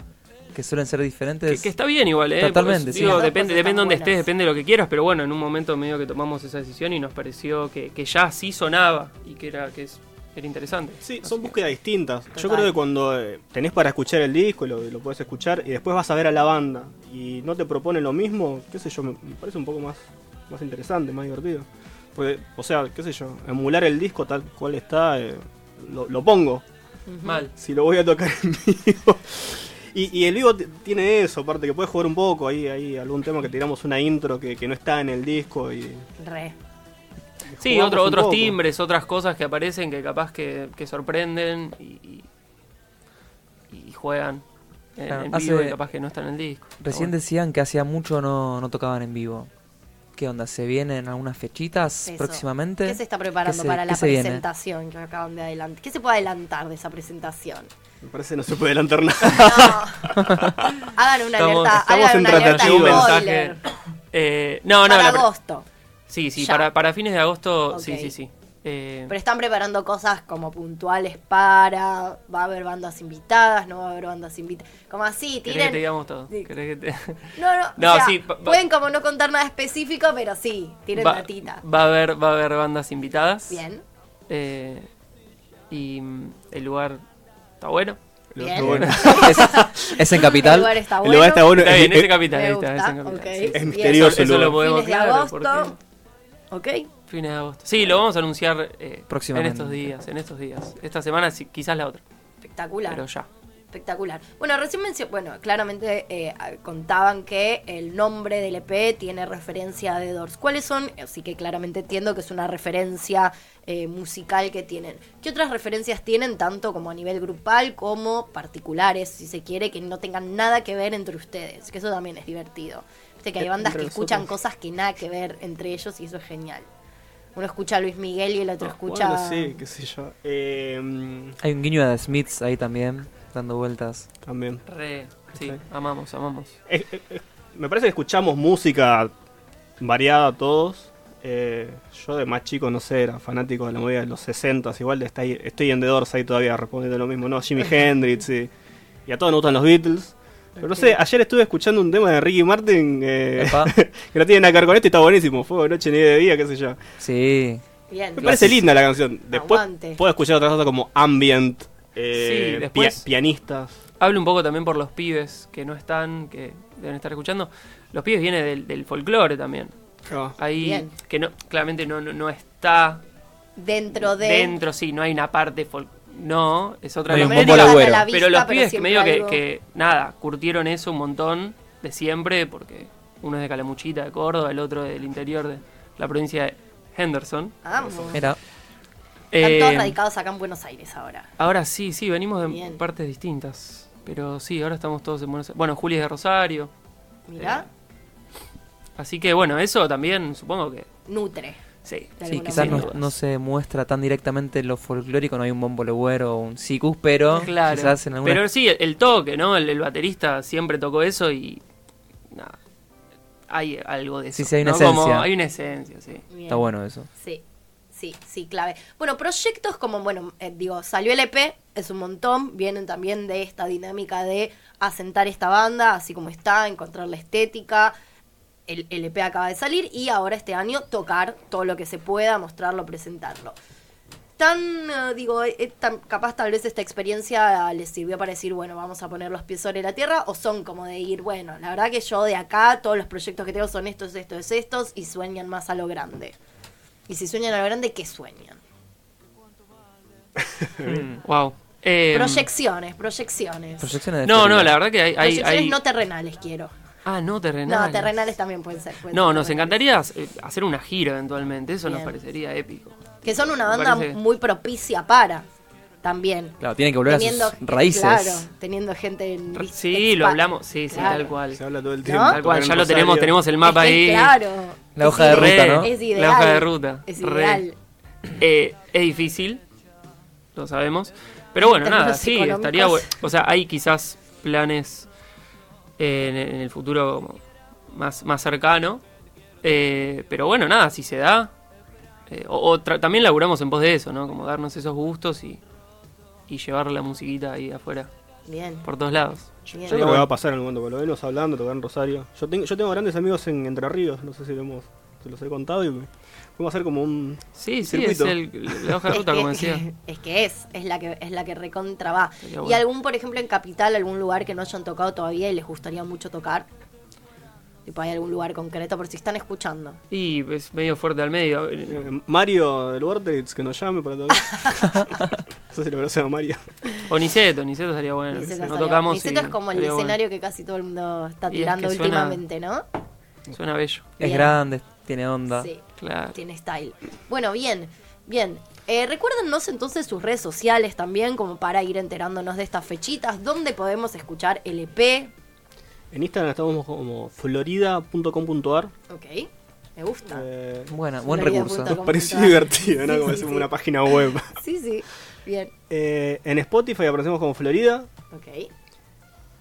[SPEAKER 4] que suelen ser
[SPEAKER 3] Que,
[SPEAKER 4] diferentes.
[SPEAKER 3] que está bien igual, ¿eh?
[SPEAKER 4] Totalmente,
[SPEAKER 3] Porque,
[SPEAKER 4] sí.
[SPEAKER 3] digo,
[SPEAKER 2] Las dos
[SPEAKER 3] depende,
[SPEAKER 2] cosas
[SPEAKER 3] depende
[SPEAKER 2] están
[SPEAKER 3] dónde
[SPEAKER 2] buenas.
[SPEAKER 3] estés, depende de lo que quieras, pero bueno, en un momento medio que tomamos esa decisión y nos pareció que, que ya sí sonaba y que era, que es, era interesante.
[SPEAKER 5] Sí,
[SPEAKER 3] Así
[SPEAKER 5] son
[SPEAKER 3] que-
[SPEAKER 5] búsquedas distintas. Yo
[SPEAKER 2] Total.
[SPEAKER 5] creo que cuando eh, tenés para escuchar el disco y lo, lo puedes escuchar y después vas a ver a la banda y no te propone lo mismo, qué sé yo, me me parece un poco más, más interesante, más divertido. Porque, o sea, qué sé yo, emular el disco tal cual está, eh, lo, lo pongo,
[SPEAKER 3] Mal.
[SPEAKER 5] si lo voy a tocar en vivo. Y, y el vivo t- tiene eso, aparte que puedes jugar un poco, ahí hay algún tema que tiramos una intro que, que no está en el disco y...
[SPEAKER 2] Re.
[SPEAKER 3] Sí,
[SPEAKER 5] jugamos
[SPEAKER 3] otro-
[SPEAKER 5] un
[SPEAKER 3] otros
[SPEAKER 5] poco.
[SPEAKER 3] timbres, otras cosas que aparecen que capaz que, que sorprenden y, y- y juegan en,
[SPEAKER 4] Claro,
[SPEAKER 3] en vivo
[SPEAKER 4] hace-
[SPEAKER 3] y capaz que no están en el disco.
[SPEAKER 4] Recién
[SPEAKER 3] Está
[SPEAKER 4] decían que hacía mucho no, no tocaban en vivo. ¿Qué onda? ¿Se vienen algunas fechitas
[SPEAKER 2] Eso.
[SPEAKER 4] próximamente?
[SPEAKER 2] ¿Qué se está preparando
[SPEAKER 4] ¿Qué se-
[SPEAKER 2] para la
[SPEAKER 4] qué se viene?
[SPEAKER 2] presentación que acaban de adelantar? ¿Qué se puede adelantar de esa presentación?
[SPEAKER 5] Me parece que no se puede adelantar nada.
[SPEAKER 2] No. hagan una
[SPEAKER 3] Estamos-
[SPEAKER 2] alerta,
[SPEAKER 5] estamos
[SPEAKER 2] hagan
[SPEAKER 5] en
[SPEAKER 2] una alerta
[SPEAKER 5] tratativa.
[SPEAKER 3] bueno.
[SPEAKER 5] Un
[SPEAKER 2] spoiler.
[SPEAKER 3] Eh, no, no,
[SPEAKER 2] para
[SPEAKER 3] la pre-
[SPEAKER 2] agosto.
[SPEAKER 3] Sí, sí,
[SPEAKER 2] Ya.
[SPEAKER 3] para, para fines de agosto,
[SPEAKER 2] Ok.
[SPEAKER 3] sí, sí, sí. Eh,
[SPEAKER 2] Pero están preparando cosas como puntuales para. Va a haber bandas invitadas, no va a haber bandas invitadas. Como así,
[SPEAKER 3] ¿Querés que te
[SPEAKER 2] tiren.
[SPEAKER 3] digamos todo?
[SPEAKER 2] Sí.
[SPEAKER 3] ¿Querés que te-
[SPEAKER 2] No, no,
[SPEAKER 3] No,
[SPEAKER 2] o sea,
[SPEAKER 3] sí, pa- pa-
[SPEAKER 2] pueden como no contar nada específico, pero sí, tienen
[SPEAKER 3] va,
[SPEAKER 2] datita.
[SPEAKER 3] va a haber, va a haber bandas invitadas.
[SPEAKER 2] Bien.
[SPEAKER 3] Eh, y mm, el lugar está bueno.
[SPEAKER 5] Lo-
[SPEAKER 2] Bien.
[SPEAKER 5] lo bueno.
[SPEAKER 4] ¿Es, es en
[SPEAKER 2] El lugar
[SPEAKER 4] Capital?
[SPEAKER 2] está
[SPEAKER 5] El
[SPEAKER 2] bueno.
[SPEAKER 5] lugar está bueno.
[SPEAKER 3] Está
[SPEAKER 5] es-
[SPEAKER 3] bien,
[SPEAKER 5] es-
[SPEAKER 3] ese capital,
[SPEAKER 2] Me
[SPEAKER 3] ahí está,
[SPEAKER 2] gusta,
[SPEAKER 3] es en capital,
[SPEAKER 2] ok.
[SPEAKER 3] sí, sí.
[SPEAKER 5] Es
[SPEAKER 2] Bien.
[SPEAKER 5] misterioso
[SPEAKER 3] Eso-
[SPEAKER 5] el
[SPEAKER 3] eso
[SPEAKER 5] lugar.
[SPEAKER 3] lo podemos
[SPEAKER 2] Fines de
[SPEAKER 3] aclarar.
[SPEAKER 2] agosto. Ok.
[SPEAKER 3] porque- Fines de agosto. Sí, lo vamos a anunciar eh, en
[SPEAKER 4] Próximamente.
[SPEAKER 3] estos días, en estos días. Esta semana, sí, quizás la otra,
[SPEAKER 2] Espectacular.
[SPEAKER 3] pero ya.
[SPEAKER 2] Espectacular. Bueno, recién mencio- bueno, claramente eh, contaban que el nombre del EP tiene referencia de Doors. ¿Cuáles son? Así que claramente entiendo que es una referencia eh, musical que tienen. ¿Qué otras referencias tienen, tanto como a nivel grupal como particulares, si se quiere, que no tengan nada que ver entre ustedes? Que eso también es divertido. Viste que hay
[SPEAKER 3] Eh,
[SPEAKER 2] bandas que
[SPEAKER 3] entre
[SPEAKER 2] escuchan
[SPEAKER 3] nosotros.
[SPEAKER 2] cosas que nada que ver entre ellos y eso es genial. Uno escucha a Luis Miguel y el otro escucha.
[SPEAKER 5] Ah, Bueno, sí, qué sé yo. Eh,
[SPEAKER 4] Hay un guiño de Smiths ahí también, dando vueltas.
[SPEAKER 5] también.
[SPEAKER 3] Re, sí,
[SPEAKER 5] Ok.
[SPEAKER 3] amamos, amamos.
[SPEAKER 5] Eh, eh, eh, me parece que escuchamos música variada todos. Eh, yo de más chico, no sé, era fanático de la movida de los 60, igual de está ahí- estoy en The Doors ahí todavía respondiendo lo mismo, ¿no? Jimi Hendrix y, y a todos nos gustan los Beatles. Pero no sé, ayer estuve escuchando un tema de Ricky Martin eh,
[SPEAKER 4] Epa.
[SPEAKER 5] que no tiene nada que ver con esto y está buenísimo. Fue de noche ni de día, qué sé yo.
[SPEAKER 4] Sí.
[SPEAKER 2] Bien.
[SPEAKER 5] Me parece linda la canción. Después
[SPEAKER 2] Aguante.
[SPEAKER 5] puedo escuchar otras cosas como ambient, eh,
[SPEAKER 3] Sí, después-
[SPEAKER 5] pia- pianistas.
[SPEAKER 3] Hablo un poco también por los pibes que no están, que deben estar escuchando. Los pibes vienen del, del folclore también.
[SPEAKER 5] Ah,
[SPEAKER 3] Ahí,
[SPEAKER 2] Bien.
[SPEAKER 3] que no, claramente no, no, no está
[SPEAKER 2] Dentro de.
[SPEAKER 3] dentro, sí, no hay una parte fol- No, es otra
[SPEAKER 4] Hay
[SPEAKER 3] cosa.
[SPEAKER 4] un
[SPEAKER 2] Menos
[SPEAKER 4] bombo al
[SPEAKER 2] a
[SPEAKER 4] agüero.
[SPEAKER 2] la vista,
[SPEAKER 3] pero los pibes que
[SPEAKER 2] siempre
[SPEAKER 3] medio que,
[SPEAKER 2] algo-
[SPEAKER 3] que, nada, curtieron eso un montón de siempre, porque uno es de Calamuchita, de Córdoba, el otro del interior de la provincia de Henderson.
[SPEAKER 2] Vamos.
[SPEAKER 4] Mira,
[SPEAKER 2] Están todos
[SPEAKER 3] Eh,
[SPEAKER 2] radicados acá en Buenos Aires ahora.
[SPEAKER 3] ahora sí, sí, venimos de
[SPEAKER 2] Bien.
[SPEAKER 3] partes distintas. Pero sí, ahora estamos todos en Buenos Aires. Bueno, Juli es de Rosario.
[SPEAKER 2] Mirá,
[SPEAKER 3] Así que bueno, eso también supongo que
[SPEAKER 2] nutre.
[SPEAKER 3] sí.
[SPEAKER 2] De
[SPEAKER 4] sí,
[SPEAKER 2] alguna
[SPEAKER 4] quizás
[SPEAKER 3] manera.
[SPEAKER 4] no, no se muestra tan directamente lo folclórico, no hay un bombo legüero o un sikus, pero
[SPEAKER 3] Claro.
[SPEAKER 4] quizás en alguna...
[SPEAKER 3] Pero sí, el, el toque, ¿no? El, el baterista siempre tocó eso y nada. Hay algo de eso.
[SPEAKER 4] Sí, sí, hay una
[SPEAKER 3] ¿no? Como-
[SPEAKER 4] esencia.
[SPEAKER 3] hay una esencia, sí.
[SPEAKER 2] Bien.
[SPEAKER 4] Está bueno eso.
[SPEAKER 2] Sí, sí, sí, clave. Bueno, proyectos como, bueno, eh, digo, salió el EP, es un montón, vienen también de esta dinámica de asentar esta banda, así como está, encontrar la estética. El, el EP acaba de salir y ahora este año tocar todo lo que se pueda, mostrarlo, presentarlo. Tan, eh, digo, eh, eh, tan- capaz tal vez esta experiencia eh, les sirvió para decir, bueno, vamos a poner los pies sobre la tierra, o son como de ir, bueno, la verdad que yo de acá, todos los proyectos que tengo son estos, estos, estos, y sueñan más a lo grande. Y si sueñan a lo grande, ¿qué sueñan?
[SPEAKER 5] Mm.
[SPEAKER 3] Wow.
[SPEAKER 2] proyecciones, proyecciones.
[SPEAKER 4] Proyecciones de
[SPEAKER 3] Eh, No, no,
[SPEAKER 4] Florida.
[SPEAKER 3] la verdad que Em, hay. hay-
[SPEAKER 2] proyecciones
[SPEAKER 3] hay-
[SPEAKER 2] no terrenales quiero.
[SPEAKER 3] Ah, no terrenales.
[SPEAKER 2] No, terrenales también pueden ser. pueden
[SPEAKER 3] No,
[SPEAKER 2] ser
[SPEAKER 3] nos
[SPEAKER 2] terrenales.
[SPEAKER 3] encantaría eh, hacer una gira eventualmente. Eso nos
[SPEAKER 2] Bien.
[SPEAKER 3] parecería épico.
[SPEAKER 2] Que son una
[SPEAKER 3] Me
[SPEAKER 2] banda
[SPEAKER 3] parece.
[SPEAKER 2] muy propicia para también.
[SPEAKER 4] Claro, tiene que volver a sus raíces.
[SPEAKER 2] Claro, teniendo gente en
[SPEAKER 3] Re-
[SPEAKER 2] vist-
[SPEAKER 3] Sí, lo
[SPEAKER 2] expat.
[SPEAKER 3] hablamos. Sí, sí,
[SPEAKER 2] Claro.
[SPEAKER 3] tal cual.
[SPEAKER 5] Se habla todo el
[SPEAKER 2] ¿No?
[SPEAKER 5] tiempo.
[SPEAKER 3] Tal cual,
[SPEAKER 5] Tocar en
[SPEAKER 3] ya lo
[SPEAKER 5] Rosario.
[SPEAKER 3] tenemos, tenemos el
[SPEAKER 2] Es
[SPEAKER 3] mapa
[SPEAKER 2] que,
[SPEAKER 3] ahí.
[SPEAKER 2] Claro.
[SPEAKER 4] La hoja de
[SPEAKER 2] ideal,
[SPEAKER 4] ruta, ¿no?
[SPEAKER 2] Es ideal.
[SPEAKER 3] La hoja de ruta.
[SPEAKER 2] Es
[SPEAKER 3] Re.
[SPEAKER 2] ideal.
[SPEAKER 3] Eh, es difícil, lo sabemos. Pero bueno,
[SPEAKER 2] En términos
[SPEAKER 3] nada, sí, estaría bueno.
[SPEAKER 2] económicos.
[SPEAKER 3] O sea, hay quizás planes eh, en, en el futuro como más, más cercano. Eh, pero bueno, nada, si se da. eh, o, o tra- también laburamos en pos de eso, ¿no? Como darnos esos gustos y, y llevar la musiquita ahí afuera,
[SPEAKER 2] Bien.
[SPEAKER 3] por todos lados.
[SPEAKER 5] Yo
[SPEAKER 2] Bien.
[SPEAKER 5] creo que va a pasar en algún momento, por lo menos hablando, tocar en Rosario. Yo tengo, yo tengo grandes amigos en Entre Ríos, no sé si lo hemos, se los he contado y me- vamos a hacer como un...
[SPEAKER 3] Sí, sí,
[SPEAKER 5] Circuito.
[SPEAKER 3] es el- la hoja de
[SPEAKER 2] Es
[SPEAKER 3] ruta,
[SPEAKER 2] que-
[SPEAKER 3] como decía.
[SPEAKER 2] Es que es, es la que es la que recontra va.
[SPEAKER 3] Estaría bueno.
[SPEAKER 2] Y algún, por ejemplo, en Capital, algún lugar que no hayan tocado todavía y les gustaría mucho tocar. Tipo, hay algún lugar concreto por si están escuchando.
[SPEAKER 3] Y es medio fuerte al medio.
[SPEAKER 5] eh, Mario del Vortex que nos llame para tocar. no sé si lo conocen a Mario.
[SPEAKER 3] Oniceto, Oniceto sería bueno.
[SPEAKER 2] Niceto
[SPEAKER 3] Eh, no
[SPEAKER 2] estaría-
[SPEAKER 3] tocamos. y
[SPEAKER 2] Niceto es como el
[SPEAKER 3] estaría bueno.
[SPEAKER 2] escenario que casi todo el mundo está
[SPEAKER 3] Y es
[SPEAKER 2] tirando
[SPEAKER 3] que suena-
[SPEAKER 2] últimamente, ¿no?
[SPEAKER 3] Suena bello.
[SPEAKER 4] Es
[SPEAKER 2] Bien.
[SPEAKER 4] grande, tiene onda.
[SPEAKER 2] Sí,
[SPEAKER 3] Claro.
[SPEAKER 2] tiene style. Bueno, bien, bien. Eh, recuérdenos entonces sus redes sociales también, como para ir enterándonos de estas fechitas, dónde podemos escuchar el E EP.
[SPEAKER 5] En Instagram estamos como florida.com.ar.
[SPEAKER 2] Ok, me gusta.
[SPEAKER 5] Eh,
[SPEAKER 4] Buena, buen
[SPEAKER 2] Florida
[SPEAKER 4] recurso.
[SPEAKER 2] punto com.
[SPEAKER 5] pareció
[SPEAKER 2] punto ar.
[SPEAKER 5] divertido, ¿no?
[SPEAKER 2] Ah. Sí,
[SPEAKER 5] como
[SPEAKER 2] sí,
[SPEAKER 5] decir,
[SPEAKER 2] sí.
[SPEAKER 5] una página web.
[SPEAKER 2] Sí, sí, bien.
[SPEAKER 5] Eh, en Spotify aparecemos como Florida
[SPEAKER 2] Ok.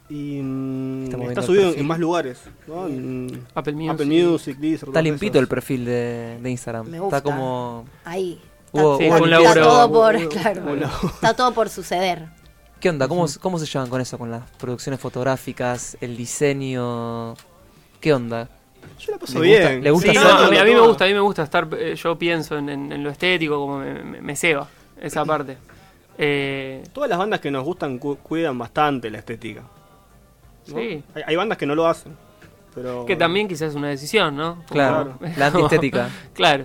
[SPEAKER 5] y mm,
[SPEAKER 4] Está moviendo
[SPEAKER 5] está
[SPEAKER 4] el
[SPEAKER 5] subido en,
[SPEAKER 4] perfil.
[SPEAKER 5] más lugares. ¿no? En
[SPEAKER 3] Apple Music.
[SPEAKER 5] Apple Music, Deezer,
[SPEAKER 4] Está
[SPEAKER 5] todas
[SPEAKER 4] limpito
[SPEAKER 5] esas.
[SPEAKER 4] el perfil de, de Instagram.
[SPEAKER 2] Me gusta.
[SPEAKER 4] Está como...
[SPEAKER 2] Ahí.
[SPEAKER 4] Hubo-
[SPEAKER 2] está,
[SPEAKER 3] Sí, fue un
[SPEAKER 2] está
[SPEAKER 3] laburo.
[SPEAKER 2] todo por,
[SPEAKER 5] Hubo-
[SPEAKER 2] claro,
[SPEAKER 5] hubo un laburo.
[SPEAKER 2] está todo por suceder.
[SPEAKER 4] ¿Qué onda? ¿Cómo, ¿Cómo se llevan con eso? Con las producciones fotográficas, el diseño... ¿Qué onda?
[SPEAKER 5] Yo la paso
[SPEAKER 4] ¿Le
[SPEAKER 5] bien.
[SPEAKER 4] gusta- le gusta
[SPEAKER 3] Sí,
[SPEAKER 4] hacer
[SPEAKER 3] no,
[SPEAKER 4] todo,
[SPEAKER 3] a, mí, a mí me gusta, a mí me gusta estar. eh, yo pienso en, en- en lo estético, como me, me- me ceba esa parte. Eh,
[SPEAKER 5] Todas las bandas que nos gustan cu- cuidan bastante la estética. ¿no?
[SPEAKER 3] Sí.
[SPEAKER 5] Hay, hay bandas que no lo hacen. Pero
[SPEAKER 3] que también quizás es una decisión, ¿no? Como-
[SPEAKER 4] Claro, la antiestética.
[SPEAKER 3] claro.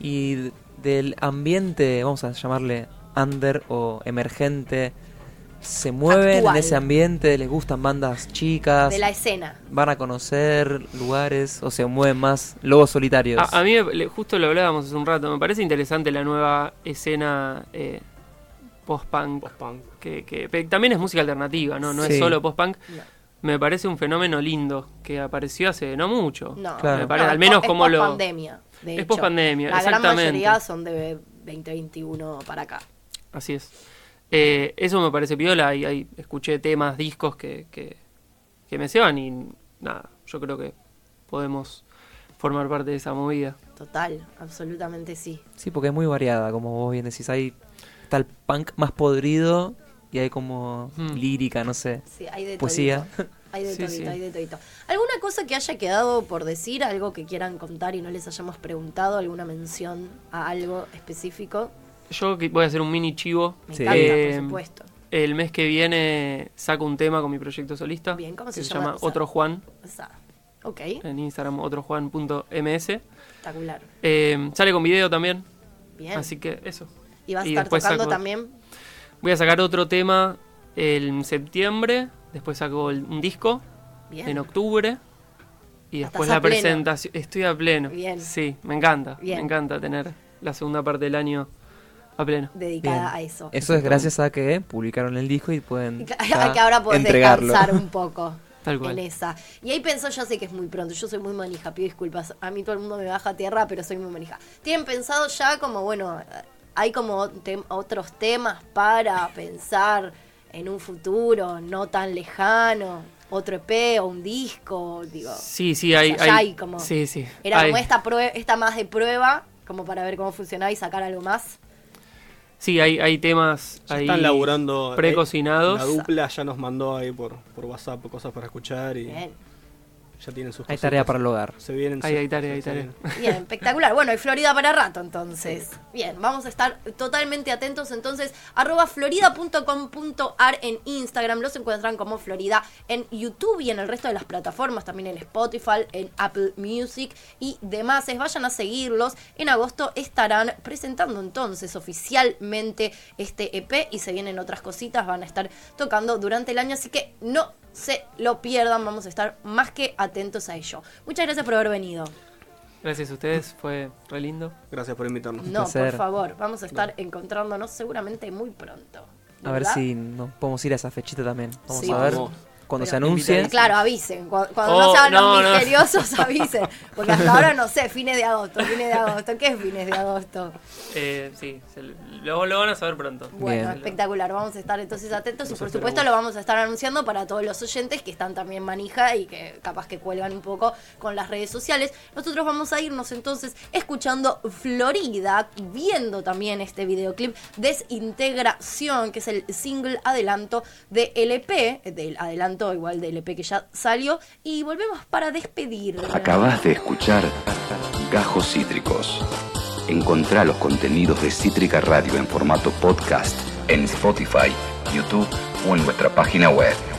[SPEAKER 4] Y d- del ambiente, vamos a llamarle under o emergente, ¿se mueven
[SPEAKER 2] Actual.
[SPEAKER 4] en ese ambiente? ¿Les gustan bandas chicas?
[SPEAKER 2] De la escena.
[SPEAKER 4] ¿Van a conocer lugares o se mueven más lobos solitarios?
[SPEAKER 3] A, a mí, me- le- justo lo hablábamos hace un rato, me parece interesante la nueva escena eh, post-punk.
[SPEAKER 5] post-punk.
[SPEAKER 3] que, que- pe- también es música alternativa, ¿no? No
[SPEAKER 4] Sí.
[SPEAKER 3] es solo post-punk.
[SPEAKER 2] No.
[SPEAKER 3] Me parece un fenómeno lindo que apareció hace no mucho.
[SPEAKER 2] No.
[SPEAKER 4] Claro.
[SPEAKER 3] Me parece,
[SPEAKER 2] No,
[SPEAKER 3] al menos
[SPEAKER 2] es
[SPEAKER 3] como lo.
[SPEAKER 2] post-pandemia. De
[SPEAKER 3] Es
[SPEAKER 2] hecho,
[SPEAKER 3] pospandemia,
[SPEAKER 2] La gran
[SPEAKER 3] exactamente.
[SPEAKER 2] mayoría son de 2021 para acá.
[SPEAKER 3] Así es. Eh, eso me parece piola. Y ahí escuché temas, discos que, que, que me ceban. Y nada, yo creo que podemos formar parte de esa movida.
[SPEAKER 2] Total, absolutamente sí.
[SPEAKER 4] Sí, porque es muy variada, como vos bien decís. Hay está el punk más podrido y hay como
[SPEAKER 3] Mm.
[SPEAKER 4] lírica, no sé.
[SPEAKER 2] Sí, hay de
[SPEAKER 4] Poesía.
[SPEAKER 2] todito. Hay de
[SPEAKER 3] Sí,
[SPEAKER 2] todito,
[SPEAKER 3] sí.
[SPEAKER 2] hay de todito. ¿Alguna cosa que haya quedado por decir? ¿Algo que quieran contar y no les hayamos preguntado? ¿Alguna mención a algo específico?
[SPEAKER 3] Yo que- voy a hacer un mini chivo.
[SPEAKER 2] Me
[SPEAKER 4] Sí.
[SPEAKER 2] encanta,
[SPEAKER 3] Eh,
[SPEAKER 2] por supuesto.
[SPEAKER 3] El mes que viene saco un tema con mi proyecto solista.
[SPEAKER 2] Bien, ¿cómo
[SPEAKER 3] que
[SPEAKER 2] se
[SPEAKER 3] se
[SPEAKER 2] llama?
[SPEAKER 3] llama Otro Juan.
[SPEAKER 2] O sea, ok,
[SPEAKER 3] En Instagram, otrojuan.ms.
[SPEAKER 2] espectacular.
[SPEAKER 3] Eh, sale con video también.
[SPEAKER 2] Bien.
[SPEAKER 3] Así que eso.
[SPEAKER 2] y vas a
[SPEAKER 3] y
[SPEAKER 2] estar
[SPEAKER 3] después
[SPEAKER 2] tocando
[SPEAKER 3] saco-
[SPEAKER 2] también.
[SPEAKER 3] Voy a sacar otro tema en septiembre. Después saco el- un disco.
[SPEAKER 2] Bien.
[SPEAKER 3] en octubre y
[SPEAKER 2] Estás
[SPEAKER 3] después
[SPEAKER 2] a
[SPEAKER 3] la
[SPEAKER 2] pleno.
[SPEAKER 3] presentación. Estoy a pleno.
[SPEAKER 2] Bien.
[SPEAKER 3] Sí, me encanta.
[SPEAKER 2] Bien.
[SPEAKER 3] Me encanta tener la segunda parte del año a pleno.
[SPEAKER 2] dedicada
[SPEAKER 4] Bien.
[SPEAKER 2] a eso.
[SPEAKER 4] Eso es gracias a que publicaron el disco y pueden
[SPEAKER 2] Claro,
[SPEAKER 4] ya
[SPEAKER 2] que ahora podés
[SPEAKER 4] entregarlo.
[SPEAKER 2] descansar un poco.
[SPEAKER 3] Tal cual.
[SPEAKER 2] En esa. Y ahí pensó, yo sé que es muy pronto, yo soy muy manija, pido disculpas. A mí todo el mundo me baja a tierra, pero soy muy manija. ¿Tienen pensado ya como, bueno, hay como tem- otros temas para pensar en un futuro no tan lejano? ¿Otro EP o un disco? Digo.
[SPEAKER 3] Sí, sí,
[SPEAKER 2] o
[SPEAKER 3] hay.
[SPEAKER 2] sea, ya
[SPEAKER 3] hay-
[SPEAKER 2] hay como-
[SPEAKER 3] Sí, sí.
[SPEAKER 2] Era como
[SPEAKER 3] hay-
[SPEAKER 2] esta, prue- esta más de prueba, como para ver cómo funcionaba y sacar algo más.
[SPEAKER 3] Sí, hay, hay temas
[SPEAKER 5] Ya
[SPEAKER 3] ahí
[SPEAKER 5] están laburando. eh, La
[SPEAKER 3] precocinados.
[SPEAKER 5] dupla ya nos mandó ahí por, por WhatsApp cosas para escuchar y
[SPEAKER 2] Bien.
[SPEAKER 5] ya tienen sus
[SPEAKER 4] Hay
[SPEAKER 5] cositas.
[SPEAKER 4] tarea para el hogar.
[SPEAKER 5] Se vienen.
[SPEAKER 3] Ahí
[SPEAKER 5] se-
[SPEAKER 3] hay tarea,
[SPEAKER 5] se-
[SPEAKER 3] hay
[SPEAKER 5] se
[SPEAKER 3] tarea.
[SPEAKER 5] vienen.
[SPEAKER 2] Bien, espectacular. Bueno, y Florida para rato entonces. Bien, vamos a estar totalmente atentos entonces. Arroba florida.com.ar en Instagram. Los encuentran como Florida en YouTube y en el resto de las plataformas, también en Spotify, en Apple Music y demás. Vayan a seguirlos. En agosto estarán presentando entonces oficialmente este EP y se vienen otras cositas. Van a estar tocando durante el año, así que no se lo pierdan. Vamos a estar más que atentos a ello. Muchas gracias por haber venido.
[SPEAKER 3] Gracias a ustedes, fue re lindo.
[SPEAKER 5] Gracias por invitarnos.
[SPEAKER 2] No, por
[SPEAKER 4] placer.
[SPEAKER 2] favor, vamos a estar encontrándonos seguramente muy pronto.
[SPEAKER 4] A ver
[SPEAKER 2] ¿verdad?
[SPEAKER 4] si nos podemos ir a esa fechita también. Vamos
[SPEAKER 2] Sí.
[SPEAKER 4] a ver
[SPEAKER 5] Vamos.
[SPEAKER 4] cuando
[SPEAKER 2] Pero-
[SPEAKER 4] se anuncie.
[SPEAKER 2] Claro, avisen. Cu- Cuando
[SPEAKER 3] Oh,
[SPEAKER 2] no sean
[SPEAKER 3] no,
[SPEAKER 2] los
[SPEAKER 3] no.
[SPEAKER 2] misteriosos, avisen. Porque hasta ahora no sé, fines de agosto, fines de agosto. ¿Qué es fines de agosto?
[SPEAKER 3] Eh, sí, se- lo, lo van a saber pronto.
[SPEAKER 2] Bueno,
[SPEAKER 4] Bien.
[SPEAKER 2] espectacular. Vamos a estar entonces atentos y por supuesto lo vamos a estar anunciando para todos los oyentes que están también manija y que capaz que cuelgan un poco con las redes sociales. Nosotros vamos a irnos entonces escuchando Florida, viendo también este videoclip Desintegración, que es el single adelanto de LP, del adelanto igual de LP que ya salió, y volvemos para despedir.
[SPEAKER 1] Acabas de escuchar Gajos Cítricos. Encontrá los contenidos de Cítrica Radio en formato podcast en Spotify, YouTube o en nuestra página web.